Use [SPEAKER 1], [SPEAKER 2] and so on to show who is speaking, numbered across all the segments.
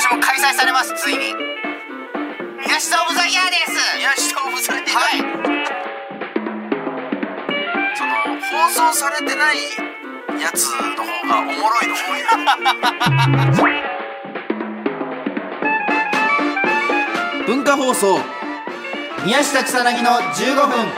[SPEAKER 1] されますついに宮下オブザイヤーです
[SPEAKER 2] 宮下オブザイヤー
[SPEAKER 1] はい
[SPEAKER 2] その放送されてないやつの方がおもろいの多いな
[SPEAKER 3] 文化放送
[SPEAKER 1] 宮下草薙の15分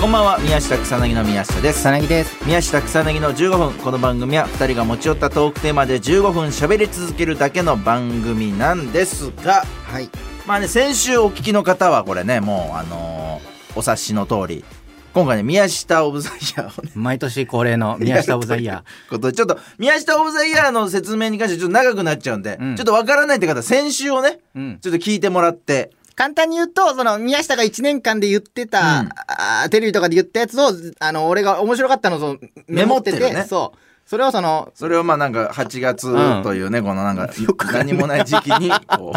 [SPEAKER 3] こんばんは宮下草薙の宮下です
[SPEAKER 1] 草薙です
[SPEAKER 3] 宮下草薙の15分この番組は2人が持ち寄ったトークテーマで15分喋り続けるだけの番組なんですが
[SPEAKER 1] はい
[SPEAKER 3] まあね先週お聞きの方はこれねもうあのーお察しの通り今回ね宮下オブザイヤーをね
[SPEAKER 1] 毎年恒例の宮下オブザイヤ
[SPEAKER 3] ことでちょっと宮下オブザイヤーの説明に関してちょっと長くなっちゃうんで、
[SPEAKER 1] うん
[SPEAKER 3] ちょっとわからないって方先週をね
[SPEAKER 1] ー、うん、
[SPEAKER 3] ちょっと聞いてもらって
[SPEAKER 1] 簡単に言うとその宮下が1年間で言ってた、
[SPEAKER 3] うん
[SPEAKER 1] あーテレビとかで言ったやつをあの俺が面白かったのをそうメモってて
[SPEAKER 3] メモってるね
[SPEAKER 1] そうそれをその
[SPEAKER 3] それをまあなんか8月というね、このなん か何もない時期にこ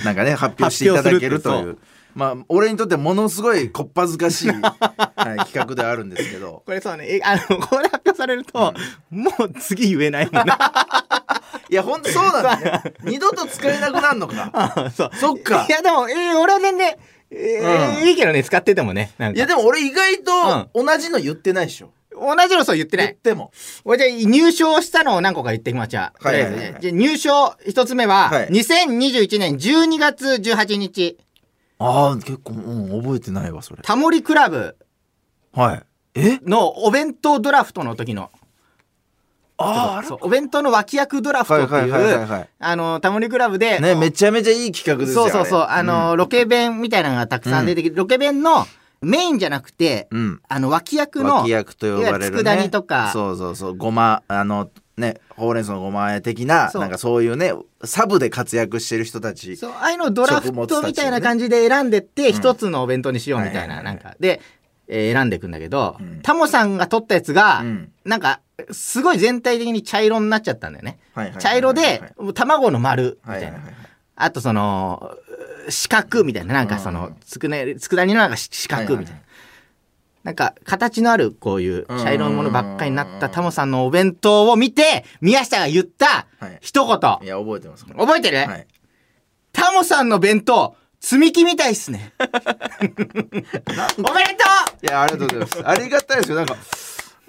[SPEAKER 3] うなんかね発表していただけるとい
[SPEAKER 1] 発表する
[SPEAKER 3] うまあ俺にとってものすごいこっぱずかしい、はい、企画ではあるんですけど
[SPEAKER 1] これそうねえあの これ発表されると、もう次言えないもんな
[SPEAKER 3] いやほんとそうなんだ ね二度と使えなくなるのか
[SPEAKER 1] そう
[SPEAKER 3] そっか
[SPEAKER 1] いやでも、えー俺は全然、えー
[SPEAKER 3] うん
[SPEAKER 1] いいけどね使っててもねなん
[SPEAKER 3] いや
[SPEAKER 1] か
[SPEAKER 3] でも俺意外と同じの言ってないでしょ、
[SPEAKER 1] 同じのそう言ってな
[SPEAKER 3] 言っ
[SPEAKER 1] い
[SPEAKER 3] ても
[SPEAKER 1] 俺じゃあ入賞したのを何個か言ってきましょうと
[SPEAKER 3] はい
[SPEAKER 1] り
[SPEAKER 3] は
[SPEAKER 1] あ
[SPEAKER 3] いはい
[SPEAKER 1] えずねじゃあ入賞一つ目は、
[SPEAKER 3] はい
[SPEAKER 1] 2021年12月18日
[SPEAKER 3] ああ結構、うん、覚えてないわそれ
[SPEAKER 1] タモリクラブ
[SPEAKER 3] はいえ
[SPEAKER 1] のお弁当ドラフトの時の
[SPEAKER 3] あ
[SPEAKER 1] そうお弁当の脇役ドラフ
[SPEAKER 3] は
[SPEAKER 1] ト
[SPEAKER 3] い
[SPEAKER 1] ってい
[SPEAKER 3] は
[SPEAKER 1] う、
[SPEAKER 3] いはいはいは
[SPEAKER 1] あのタモリクラブで、
[SPEAKER 3] いねめちゃめちゃいい企画ですよ
[SPEAKER 1] そうそうそうあ
[SPEAKER 3] れ
[SPEAKER 1] の、ロケ弁みたいなのがたくさん出てきて、ロケ弁のメインじゃなくて、
[SPEAKER 3] うん、うん
[SPEAKER 1] あの脇役の
[SPEAKER 3] 脇役と呼ばれる、ね、
[SPEAKER 1] いわゆる佃煮とか
[SPEAKER 3] そうそうそうごまあのねほうれん草のごまあえ的な
[SPEAKER 1] そう
[SPEAKER 3] なんかそういうねサブで活躍してる人たち
[SPEAKER 1] そうああいうのをドラフ
[SPEAKER 3] 食物
[SPEAKER 1] ト
[SPEAKER 3] たち
[SPEAKER 1] みたい
[SPEAKER 3] ね
[SPEAKER 1] な感じで選んでって
[SPEAKER 3] ん
[SPEAKER 1] 一、つのお弁当にしようみた
[SPEAKER 3] は
[SPEAKER 1] いな
[SPEAKER 3] は
[SPEAKER 1] い
[SPEAKER 3] いは
[SPEAKER 1] ないんかで、えー選んでいくんだけど、
[SPEAKER 3] うん
[SPEAKER 1] タモさんが取ったやつが、
[SPEAKER 3] うん
[SPEAKER 1] なんかすごい全体的に茶色になっちゃったんだよね。
[SPEAKER 3] はいはいはい
[SPEAKER 1] 茶色
[SPEAKER 3] はいはい
[SPEAKER 1] でもう卵の丸みたいな、
[SPEAKER 3] はいはいはい
[SPEAKER 1] あとそのう四角みたいななんかその、
[SPEAKER 3] うん
[SPEAKER 1] つくね佃煮のなんかし四角みたいな、
[SPEAKER 3] はいはいはい
[SPEAKER 1] なんか形のあるこういう茶色いものばっかりになったタモさんのお弁当を見て宮下が言った
[SPEAKER 3] はい
[SPEAKER 1] 一言、
[SPEAKER 3] いや覚えてます覚
[SPEAKER 1] 覚えてる、
[SPEAKER 3] はい、
[SPEAKER 1] タモさんの弁当、積み木みたいっす ね。おめでと
[SPEAKER 3] いやありがとうございますあ りがたいですよなんか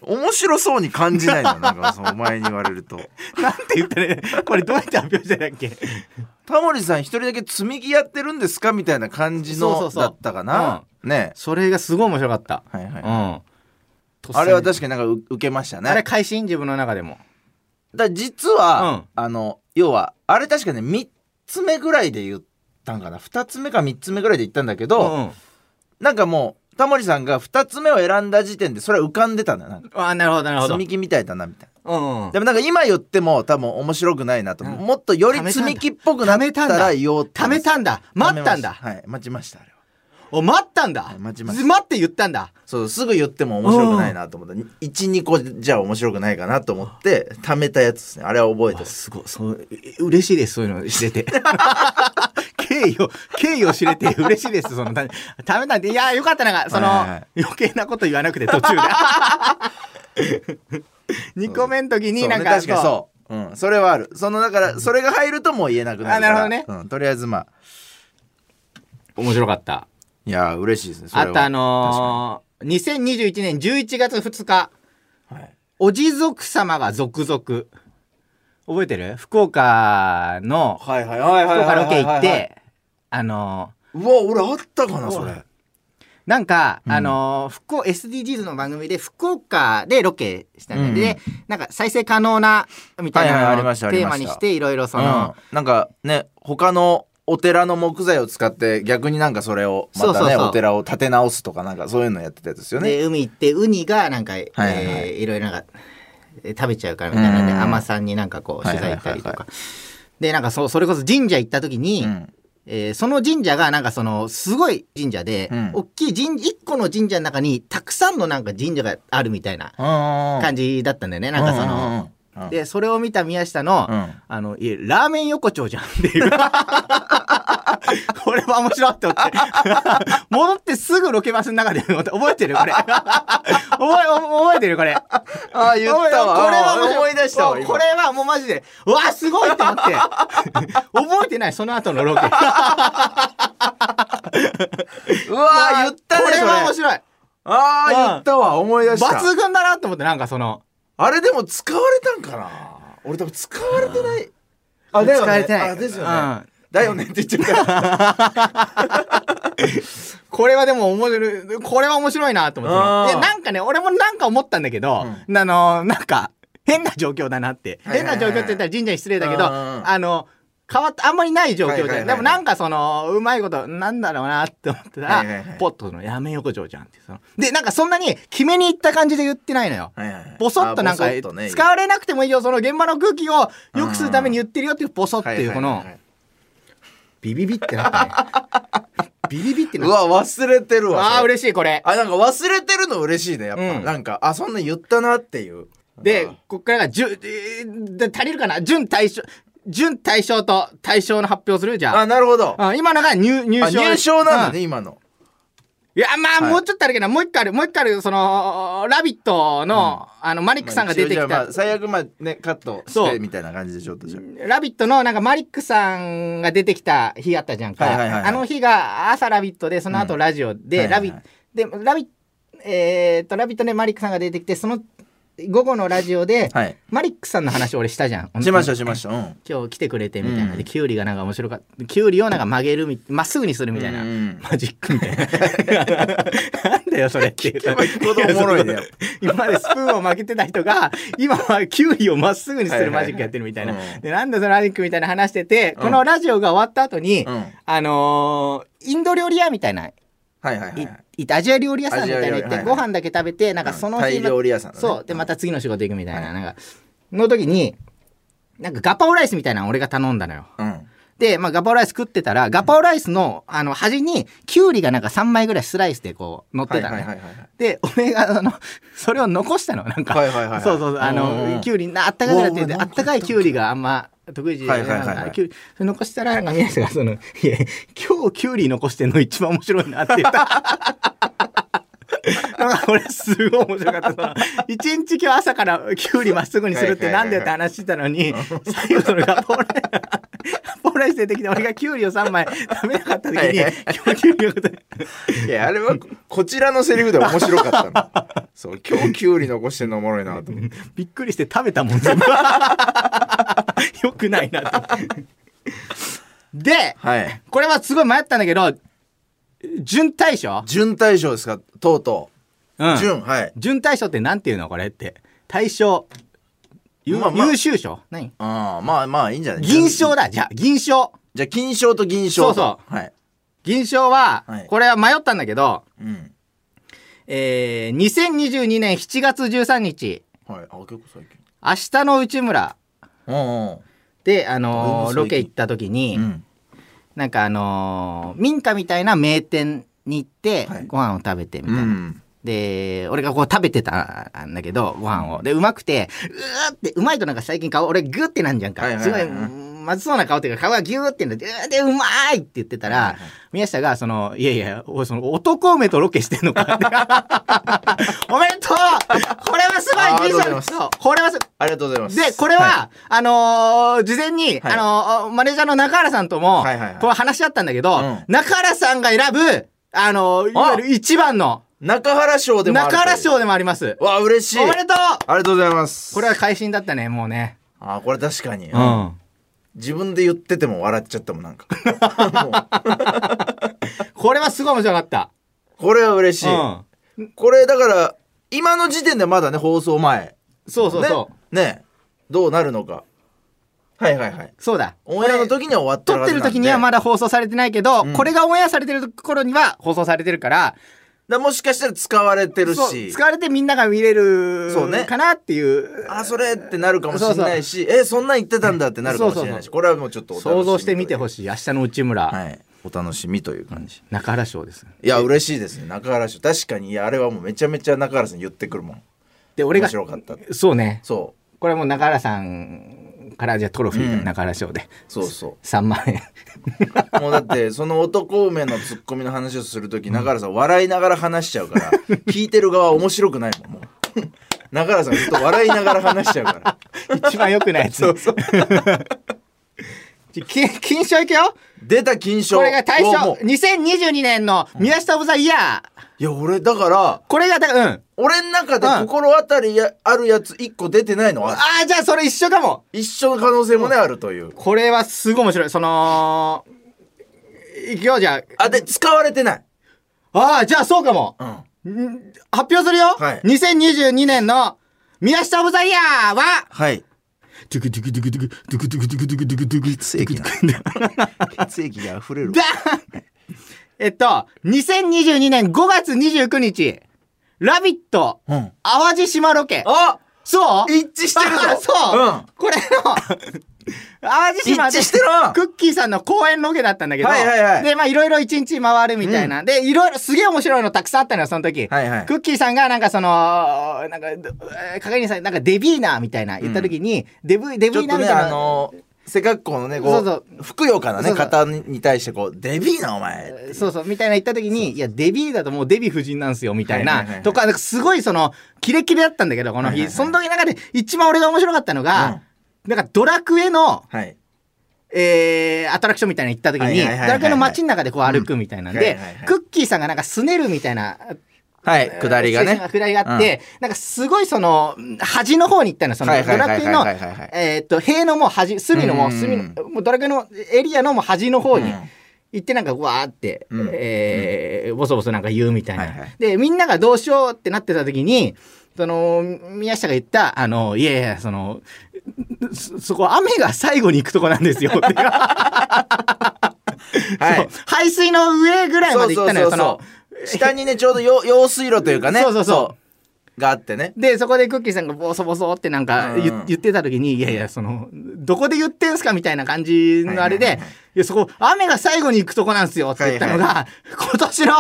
[SPEAKER 3] 面白そうに感じないのなんかそのお前に言われる と
[SPEAKER 1] うなんて言ったね。これどうやって発表したんだっけ
[SPEAKER 3] タモリさん一人だけ積み木やってるんですかみたいな感じの
[SPEAKER 1] そうそうそう
[SPEAKER 3] だったかな、ね
[SPEAKER 1] それがすごい面白かった。
[SPEAKER 3] はいはい、
[SPEAKER 1] うん。
[SPEAKER 3] あれは確かになんかう受けましたね
[SPEAKER 1] あれ会心自分の中でも。
[SPEAKER 3] だから実は、あの要はあれ確かね3つ目ぐらいで言ったんかな2つ目か3つ目ぐらいで言ったんだけど、
[SPEAKER 1] うん。
[SPEAKER 3] なんかもうタモリさんが2つ目を選んだ時点でそれは浮かんでたんだよなんか
[SPEAKER 1] あ、なるほど、なるほど。
[SPEAKER 3] 積み木みたいだなみたい
[SPEAKER 1] うんうん
[SPEAKER 3] なで。もなんか今言っても多分面白くないなと、
[SPEAKER 1] うん
[SPEAKER 3] もっとより積み木っぽくなったら言おうって
[SPEAKER 1] 貯めたんだ。待ったん
[SPEAKER 3] 貯めまし
[SPEAKER 1] だ。
[SPEAKER 3] たはい待ちましたあれは
[SPEAKER 1] お、待ったんだ
[SPEAKER 3] い。待ちました
[SPEAKER 1] 待って言ったんだ。
[SPEAKER 3] そうすぐ言っても面白くないなと思った12個じゃ面白くないかなと思って貯めたやつですねあれは覚えて
[SPEAKER 1] あ
[SPEAKER 3] る
[SPEAKER 1] すごい、そう、う嬉しいです、そういうの知れて。 敬意を、敬意を知れて嬉しいです、その、たためたんで、いや、よかった、なんか、その、
[SPEAKER 3] はいはい
[SPEAKER 1] 余計なこと言わなくて、途中で。2個目の時になんか、
[SPEAKER 3] そうね確かにそうう、ん、それはあるそのだからそれが入るともう言えなくなるから
[SPEAKER 1] あなるほ
[SPEAKER 3] うん、とりあえずまあ
[SPEAKER 1] う面白かった。
[SPEAKER 3] いやー嬉しいですねそれ
[SPEAKER 1] あ
[SPEAKER 3] は
[SPEAKER 1] とあのー、2021年11月2日、
[SPEAKER 3] 確かにはい
[SPEAKER 1] おじ族様が続々。覚えてる福岡の、
[SPEAKER 3] はいはいはいは
[SPEAKER 1] 福
[SPEAKER 3] いは
[SPEAKER 1] 岡
[SPEAKER 3] い
[SPEAKER 1] ロケ行っ
[SPEAKER 3] はいはい
[SPEAKER 1] て、あのー、
[SPEAKER 3] うわ俺あったかなそれ
[SPEAKER 1] うなんか、
[SPEAKER 3] うん
[SPEAKER 1] あのー福岡 SDGs の番組で福岡でロケしたんだよね
[SPEAKER 3] うん
[SPEAKER 1] でなんか再生可能なみたい
[SPEAKER 3] はいはいあ
[SPEAKER 1] な
[SPEAKER 3] り
[SPEAKER 1] の
[SPEAKER 3] ま
[SPEAKER 1] を
[SPEAKER 3] したあり
[SPEAKER 1] テー
[SPEAKER 3] ま
[SPEAKER 1] マ
[SPEAKER 3] した
[SPEAKER 1] にしていろいろそ
[SPEAKER 3] うん
[SPEAKER 1] の、、
[SPEAKER 3] なんかね他のお寺の木材を使って逆になんかそれをまたね
[SPEAKER 1] そうそうそう
[SPEAKER 3] お寺を建て直すとかなんかそういうのやってたやつですよね
[SPEAKER 1] で海行ってウニがなんか、い
[SPEAKER 3] はいはい
[SPEAKER 1] えーいろいろなんかえー食べちゃうからみたいなんで
[SPEAKER 3] うん
[SPEAKER 1] 海女さんになんかこう取材行ったりとか、
[SPEAKER 3] はいはいは
[SPEAKER 1] でなんかそうそれこそ神社行った時に、
[SPEAKER 3] うん
[SPEAKER 1] えーその神社がなんかそのすごい神社で、
[SPEAKER 3] うん
[SPEAKER 1] 大きい神1個の神社の中にたくさんのなんか神社があるみたいな
[SPEAKER 3] 感
[SPEAKER 1] 感じだったんだよね、なんかその。
[SPEAKER 3] の
[SPEAKER 1] でそれを見た宮下の、
[SPEAKER 3] うん
[SPEAKER 1] あの、いえ、ラーメン横丁じゃんっていう。これは面白いって思って。 戻ってすぐロケバスの中で、覚えてるこれ。覚え、覚えてるこれ。
[SPEAKER 3] ああ言ったわ
[SPEAKER 1] これは面白
[SPEAKER 3] 思い出したわ
[SPEAKER 1] もう
[SPEAKER 3] 今
[SPEAKER 1] これはもうマジでうわすごいって思って覚えてないその後の ロケうわ
[SPEAKER 3] うわー言ったねそ
[SPEAKER 1] これ
[SPEAKER 3] れ
[SPEAKER 1] は面白い
[SPEAKER 3] ああ
[SPEAKER 1] うん
[SPEAKER 3] 言ったわ思い出した
[SPEAKER 1] 抜群だなと思ってなんかその
[SPEAKER 3] あれでも使われたんかな俺多分使われてない
[SPEAKER 1] あ
[SPEAKER 3] だよね
[SPEAKER 1] 使えてない
[SPEAKER 3] あですよね
[SPEAKER 1] うん
[SPEAKER 3] だよねって言っちゃうから
[SPEAKER 1] これはでも面白いこれは面白いなと思って
[SPEAKER 3] あー
[SPEAKER 1] そのでなんかね俺もなんか思ったんだけど、あのなんか変な状況だなって
[SPEAKER 3] はいはい
[SPEAKER 1] 変
[SPEAKER 3] はい
[SPEAKER 1] な状況って言ったら神社に失礼だけど
[SPEAKER 3] うんうんうん
[SPEAKER 1] あの変わったあんまりない状況で、
[SPEAKER 3] はいはいはいはい
[SPEAKER 1] でもなんかそのうまいことなんだろうなって思ってたら、
[SPEAKER 3] はいはいはい
[SPEAKER 1] ポッとその「やめ横丁じゃん」ってそのでなんかそんなに決めに行った感じで言ってないのよ。
[SPEAKER 3] はいはいはい
[SPEAKER 1] ボソッとなんか
[SPEAKER 3] あボソッとね
[SPEAKER 1] 使われなくてもいいよその現場の空気を良くするために言ってるよっていうボソって
[SPEAKER 3] はいいうはい
[SPEAKER 1] こ
[SPEAKER 3] はい
[SPEAKER 1] の
[SPEAKER 3] はい
[SPEAKER 1] ビビビってなっ たねビビビってな
[SPEAKER 3] う
[SPEAKER 1] った
[SPEAKER 3] わ忘れてるわ
[SPEAKER 1] あー
[SPEAKER 3] それ
[SPEAKER 1] 嬉しいこれ
[SPEAKER 3] あなんか忘れてるの嬉しいねやっぱ、
[SPEAKER 1] うん
[SPEAKER 3] なんかあそんなん言ったなっていう
[SPEAKER 1] で
[SPEAKER 3] あー、
[SPEAKER 1] こっからが、じゅ、えーで足りるかな準対象、準対象と対象の発表するじゃ
[SPEAKER 3] あ
[SPEAKER 1] ん。
[SPEAKER 3] なるほどあ
[SPEAKER 1] あ今のが入、入賞。
[SPEAKER 3] 入賞なんだね、
[SPEAKER 1] うん
[SPEAKER 3] 今の
[SPEAKER 1] いや、まあ、
[SPEAKER 3] はい
[SPEAKER 1] もうちょっとあるけど、もう一個ある、もう一個ある、その、ラビットの、あの、マリックさんが出てきた。
[SPEAKER 3] まあ一応じゃあまあ最悪まあねカットし
[SPEAKER 1] そ
[SPEAKER 3] て
[SPEAKER 1] う
[SPEAKER 3] みたいな感じでちょっとじゃあ
[SPEAKER 1] ラビットのなんかマリックさんが出てきた日あったじゃんか、
[SPEAKER 3] はいはいはいはい
[SPEAKER 1] あの日が朝「ラビット!」でその
[SPEAKER 3] う
[SPEAKER 1] 後ラジオで「
[SPEAKER 3] はいはいはい
[SPEAKER 1] ラビット!」で「ラビット!」えーっと「ラビット!」でマリックさんが出てきてその午後のラジオで、
[SPEAKER 3] はい
[SPEAKER 1] マリックさんの話俺したじゃん
[SPEAKER 3] しましたしましたうん
[SPEAKER 1] 今日来てくれてみたいな、
[SPEAKER 3] うん
[SPEAKER 1] でキュウリがなんか面白かったキュウリをなんか曲げるみまっすぐにするみたいな、
[SPEAKER 3] うん
[SPEAKER 1] マジックみ たいななんだよそれっていう
[SPEAKER 3] 聞けば聞くほどおもろいね
[SPEAKER 1] やそ今までスプーンを曲げてた人が今はキュウリをまっすぐにするマジックやってるみたいな、
[SPEAKER 3] はいはいはいうん
[SPEAKER 1] でなんだそのマジックみたいな話してて、
[SPEAKER 3] うん
[SPEAKER 1] このラジオが終わった後に、
[SPEAKER 3] うん
[SPEAKER 1] あのーインド料理屋みたいな
[SPEAKER 3] はいはいはいい
[SPEAKER 1] いアジア料理屋さんみたいなの行っ
[SPEAKER 3] アジア料
[SPEAKER 1] て
[SPEAKER 3] 理は
[SPEAKER 1] ご
[SPEAKER 3] いはい
[SPEAKER 1] 飯だけ食べてなんかその日
[SPEAKER 3] うんタ
[SPEAKER 1] の
[SPEAKER 3] イ料理屋さんだね
[SPEAKER 1] そうでまた次の仕事行くみたい
[SPEAKER 3] は
[SPEAKER 1] ななんかの時になんかガパオライスみたいなの俺が頼んだのよ
[SPEAKER 3] うん
[SPEAKER 1] で、まあ、ガパオライス食ってたらガパオライスのあの端にキュウリがなんか3枚ぐらいスライスでこう乗って
[SPEAKER 3] はい
[SPEAKER 1] たの
[SPEAKER 3] はいは
[SPEAKER 1] ね
[SPEAKER 3] いはい
[SPEAKER 1] で俺があのそれを残したのなんか
[SPEAKER 3] はいはいはい
[SPEAKER 1] そうそうそうあ
[SPEAKER 3] うんうん
[SPEAKER 1] のキュウリなあったかくなって
[SPEAKER 3] うわう
[SPEAKER 1] て
[SPEAKER 3] わ
[SPEAKER 1] あったかいキュウリがあんま得意じゃない
[SPEAKER 3] はいはいはいはい
[SPEAKER 1] キュウリそれ残したらなんか宮下がその「いや今日キュウリ残してんの一番面白いな」って言った なんか俺すごい面白かったその一日今日朝からキュウリまっすぐにするってなんだよって話してたのに最後そのガポーラガポーライス出てきて俺がキュウリを3枚食べなかった時に
[SPEAKER 3] はいはい
[SPEAKER 1] 今日キュウリのこと
[SPEAKER 3] いやあれはこちらのセリフで面白かったの そう今日キュウリ残してんのおもろいなと思って
[SPEAKER 1] びっくりして食べたもん全部 よくないなとで
[SPEAKER 3] はい
[SPEAKER 1] これはすごい迷ったんだけど準大賞
[SPEAKER 3] 準大賞ですかとうと
[SPEAKER 1] う
[SPEAKER 3] うん準はい
[SPEAKER 1] 準大賞ってなんていうのこれって大賞優,、
[SPEAKER 3] まあまあ
[SPEAKER 1] 優秀賞何
[SPEAKER 3] ああまあまあいいんじゃない
[SPEAKER 1] 銀賞だじゃあ銀賞
[SPEAKER 3] じゃあ金賞と銀賞と
[SPEAKER 1] そう
[SPEAKER 3] はい
[SPEAKER 1] 銀賞は、
[SPEAKER 3] はい
[SPEAKER 1] これは迷ったんだけど、
[SPEAKER 3] うん
[SPEAKER 1] えー、2022年7月13日
[SPEAKER 3] はいあ結構最近
[SPEAKER 1] 「明日の内村
[SPEAKER 3] うんうん」
[SPEAKER 1] で、あのー
[SPEAKER 3] だいぶ最近
[SPEAKER 1] ロケ行った時に、
[SPEAKER 3] うん
[SPEAKER 1] なんかあのー民家みたいな名店に行って
[SPEAKER 3] はい
[SPEAKER 1] ご飯を食べてみた
[SPEAKER 3] う
[SPEAKER 1] いな、
[SPEAKER 3] ん
[SPEAKER 1] で俺がこう食べてたんだけどご飯をでうまくてうーってうまいとなんか最近顔俺グーってなんじゃんか、
[SPEAKER 3] はいはいはい
[SPEAKER 1] すごいまずそうな顔っていうか顔がギューってなってうーでうまいって言ってたら、
[SPEAKER 3] はいはい
[SPEAKER 1] 宮下がその「いやいやおいその男梅とロケしてん のか」って「おめでとうこれはす
[SPEAKER 3] あーあ
[SPEAKER 1] ごい
[SPEAKER 3] りがとうございます
[SPEAKER 1] そうこれはす
[SPEAKER 3] ありがとうございます
[SPEAKER 1] で、これは、あのー事前に、
[SPEAKER 3] はい
[SPEAKER 1] あのーマネージャーの中原さんとも、
[SPEAKER 3] はいはいはい
[SPEAKER 1] これ話し合ったんだけど、
[SPEAKER 3] うん
[SPEAKER 1] 中原さんが選ぶ、あのーいわゆる一番の、
[SPEAKER 3] 中原賞でもあると
[SPEAKER 1] 中
[SPEAKER 3] いう
[SPEAKER 1] 原賞でもあります。
[SPEAKER 3] わあ嬉しい
[SPEAKER 1] おめでとう
[SPEAKER 3] ありがとうございます
[SPEAKER 1] これは会心だったね、もうね。
[SPEAKER 3] あこれ確かに、
[SPEAKER 1] ん。
[SPEAKER 3] 自分で言ってても笑っちゃったもんなんか も
[SPEAKER 1] これはすごい面白かった。
[SPEAKER 3] うこれは嬉しい、
[SPEAKER 1] うん
[SPEAKER 3] これだから今の時点でまだね放送前
[SPEAKER 1] そうそうそう。
[SPEAKER 3] ねねどうなるのかはいはいはい
[SPEAKER 1] そうだ。
[SPEAKER 3] オンエアの時には終わってる
[SPEAKER 1] 撮っ
[SPEAKER 3] は
[SPEAKER 1] て
[SPEAKER 3] ずな
[SPEAKER 1] る
[SPEAKER 3] んで
[SPEAKER 1] 時にはまだ放送されてないけど、
[SPEAKER 3] うん
[SPEAKER 1] これがオンエアされてる頃には放送されてるから、
[SPEAKER 3] だもしかしたら使われてる
[SPEAKER 1] そう
[SPEAKER 3] し
[SPEAKER 1] 使われてみんなが見れる
[SPEAKER 3] そうね
[SPEAKER 1] かなっていう
[SPEAKER 3] あそれってなるかもしれないしえそんなん言ってたんだってなるかもしれないし
[SPEAKER 1] そうそうそ
[SPEAKER 3] これはもうちょっとお楽み
[SPEAKER 1] 想像してみてほ
[SPEAKER 3] し
[SPEAKER 1] しい明日の内村、
[SPEAKER 3] い、はい、お楽しみという感じ、
[SPEAKER 1] 中原賞です
[SPEAKER 3] いや嬉しいですね中原賞確かにいやあれはもうめちゃめちゃ中原さん言ってくるもん
[SPEAKER 1] で俺
[SPEAKER 3] 面
[SPEAKER 1] が
[SPEAKER 3] 白かったって
[SPEAKER 1] そうね
[SPEAKER 3] そ
[SPEAKER 1] これもう中原さんからじゃあトロフィー、
[SPEAKER 3] うん
[SPEAKER 1] 中原賞で
[SPEAKER 3] うそうそ
[SPEAKER 1] 3万円
[SPEAKER 3] う もうだってその男梅のツッコミの 話をする時中原さん笑いながら話しちゃうから聞いてる側面白くないもんもう 中原さんずっと笑いながら話しちゃうから。
[SPEAKER 1] 一番良くないや つ。
[SPEAKER 3] そうそう。
[SPEAKER 1] ち金金賞いくよ
[SPEAKER 3] 出た金賞。
[SPEAKER 1] これが大
[SPEAKER 3] うわ
[SPEAKER 1] 賞
[SPEAKER 3] もう
[SPEAKER 1] 2022年の宮下オブザイヤー
[SPEAKER 3] いや、俺、だから、
[SPEAKER 1] これがだうん
[SPEAKER 3] 俺の中で
[SPEAKER 1] うん
[SPEAKER 3] 心当たりやあるやつ一個出てないのは、
[SPEAKER 1] ああじゃあそれ一緒かも
[SPEAKER 3] 一緒の可能性もね、あるという。
[SPEAKER 1] これはすごい面白いそのいくよじゃあ
[SPEAKER 3] あ、で、使われてない。
[SPEAKER 1] ああじゃあそうかも
[SPEAKER 3] うん。
[SPEAKER 1] ん発表するよ、
[SPEAKER 3] はい
[SPEAKER 1] 2022年の宮下オブザイヤーは
[SPEAKER 3] はい。
[SPEAKER 1] ドゥクドゥクドゥクドゥクドゥクドゥクドゥクドゥクドゥク
[SPEAKER 3] 血液な血液が溢れる
[SPEAKER 1] ダーンえっと、2022年5月29日、ラビット、
[SPEAKER 3] うん。
[SPEAKER 1] 淡路島ロケ。
[SPEAKER 3] あ
[SPEAKER 1] そう
[SPEAKER 3] 一致してる
[SPEAKER 1] あ
[SPEAKER 3] ぞ
[SPEAKER 1] そう、
[SPEAKER 3] うん。
[SPEAKER 1] これの、淡路島で
[SPEAKER 3] 一致してるな
[SPEAKER 1] クッキーさんの公演ロケだったんだけど、
[SPEAKER 3] はいはいはい
[SPEAKER 1] で、まあいろいろ一日回るみたいな。で、いろいろすげえ面白いのたくさんあったのよ、その時。
[SPEAKER 3] はいはい
[SPEAKER 1] ク。ッキーさんがなんかその、なんか、えー係員さん、なんかデビーナーみたいな言った時に、デブ、デ
[SPEAKER 3] ち
[SPEAKER 1] ビ
[SPEAKER 3] ょっと
[SPEAKER 1] ーナーみ
[SPEAKER 3] ね、
[SPEAKER 1] たいな。
[SPEAKER 3] あのー、背格好のね、こ、
[SPEAKER 1] そうそう
[SPEAKER 3] ふくよかなね、
[SPEAKER 1] そうそう
[SPEAKER 3] 方に対して、こう、デビーな、お前。
[SPEAKER 1] そうそうみたいな言った時に「いやデビーだともうデヴィ夫人なんすよ」みたい
[SPEAKER 3] はいはいはいは
[SPEAKER 1] ないとかなんかすごいそのキレキレだったんだけどこの
[SPEAKER 3] はいはい
[SPEAKER 1] 日
[SPEAKER 3] はい
[SPEAKER 1] その時の中で一番俺が面白かったのがなんかドラクエの
[SPEAKER 3] はい。
[SPEAKER 1] えーアトラクションみたいなの行った時
[SPEAKER 3] はい
[SPEAKER 1] に
[SPEAKER 3] はい
[SPEAKER 1] ド
[SPEAKER 3] はいはい
[SPEAKER 1] ラクエの街の中でこう歩くみたいなん
[SPEAKER 3] はい
[SPEAKER 1] で
[SPEAKER 3] はいはいはい
[SPEAKER 1] クッキーさんがなんかすねるみたいな
[SPEAKER 3] はい、下りが
[SPEAKER 1] セッション
[SPEAKER 3] ね。
[SPEAKER 1] 下りがあってなんかすごいその端の方に行ったのその
[SPEAKER 3] はいは
[SPEAKER 1] ド
[SPEAKER 3] いは
[SPEAKER 1] ラ
[SPEAKER 3] い
[SPEAKER 1] クエ
[SPEAKER 3] は
[SPEAKER 1] の
[SPEAKER 3] いはいはい。
[SPEAKER 1] えーっと塀のもう端隅のもう
[SPEAKER 3] うん
[SPEAKER 1] 隅のもうドラクエのエリアのもう端の方に
[SPEAKER 3] うん
[SPEAKER 1] 行ってなんかわーって、
[SPEAKER 3] うん
[SPEAKER 1] えーボソボソなんか言うみたいな、
[SPEAKER 3] はいはい
[SPEAKER 1] でみんながどうしようってなってた時にその宮下が言った「あのいやいやそのそそこ雨が最後に行くとこなんです よ」って
[SPEAKER 3] はい
[SPEAKER 1] そう排水の上ぐらいまで行ったのよその
[SPEAKER 3] 下にねちょうどよ用水路というかね
[SPEAKER 1] そうそうそう
[SPEAKER 3] うがあってね
[SPEAKER 1] でそこでクッキーさんがボソボソってなんか言,、
[SPEAKER 3] うん
[SPEAKER 1] 言ってた時に「いやいやそのどこで言ってんすか?」みたいな感じのあれで「
[SPEAKER 3] はいいはいはい
[SPEAKER 1] やそこ雨が最後に行くとこなんですよ」って言ったのが、
[SPEAKER 3] はい
[SPEAKER 1] 今年の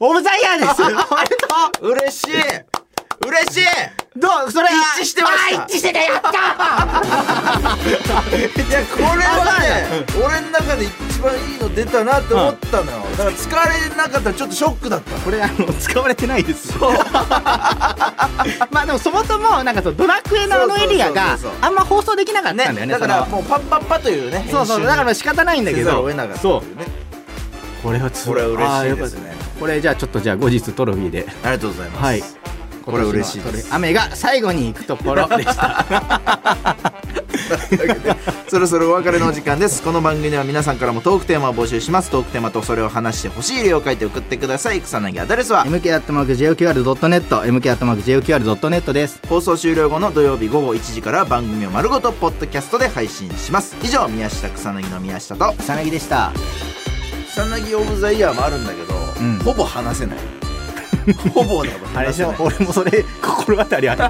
[SPEAKER 1] オブザイヤー です。おめでとう
[SPEAKER 3] 嬉しい嬉しい
[SPEAKER 1] どうそれ
[SPEAKER 3] 一致してました
[SPEAKER 1] あ一致してたやったー
[SPEAKER 3] いやこれはね俺の中で一番いいの出たなって思ったのよだから疲れなかったらちょっとショックだった
[SPEAKER 1] これあの使われてないですそう まあでもそもそもなんかそうドラクエのあのエリアが
[SPEAKER 3] そうそうそうそう
[SPEAKER 1] あんま放送できなかったんだよね
[SPEAKER 3] だから
[SPEAKER 1] その
[SPEAKER 3] もうパッパッパというね
[SPEAKER 1] そうそうだから仕方ないんだ
[SPEAKER 3] だ
[SPEAKER 1] け
[SPEAKER 3] け
[SPEAKER 1] ど
[SPEAKER 3] ど得なかったというね
[SPEAKER 1] そうこれは
[SPEAKER 3] これは嬉しいです
[SPEAKER 1] あーよか
[SPEAKER 3] ね
[SPEAKER 1] ったこれじゃあちょっとじゃあ後日トロフィーで
[SPEAKER 3] ありがとうございます
[SPEAKER 1] はい
[SPEAKER 3] これ嬉しいです
[SPEAKER 1] 今年のトロフィー雨が最後に行くところでした
[SPEAKER 3] そろそろお別れのお時間ですこの番組では皆さんからもトークテーマを募集しますトークテーマとそれを話してほしい例を書いて送ってください草薙アドレスは
[SPEAKER 1] MK.JOQR.net MK.JOQR.net です
[SPEAKER 3] 放送終了後の土曜日午後1時から番組を丸ごとポッドキャストで配信します以上宮下草薙の宮下と
[SPEAKER 1] 草薙でした
[SPEAKER 3] 草薙オブザイヤーもあるんだけど、
[SPEAKER 1] ん
[SPEAKER 3] ほぼ話せ ないほぼだ
[SPEAKER 1] あれでしょ俺もそれ心当たりある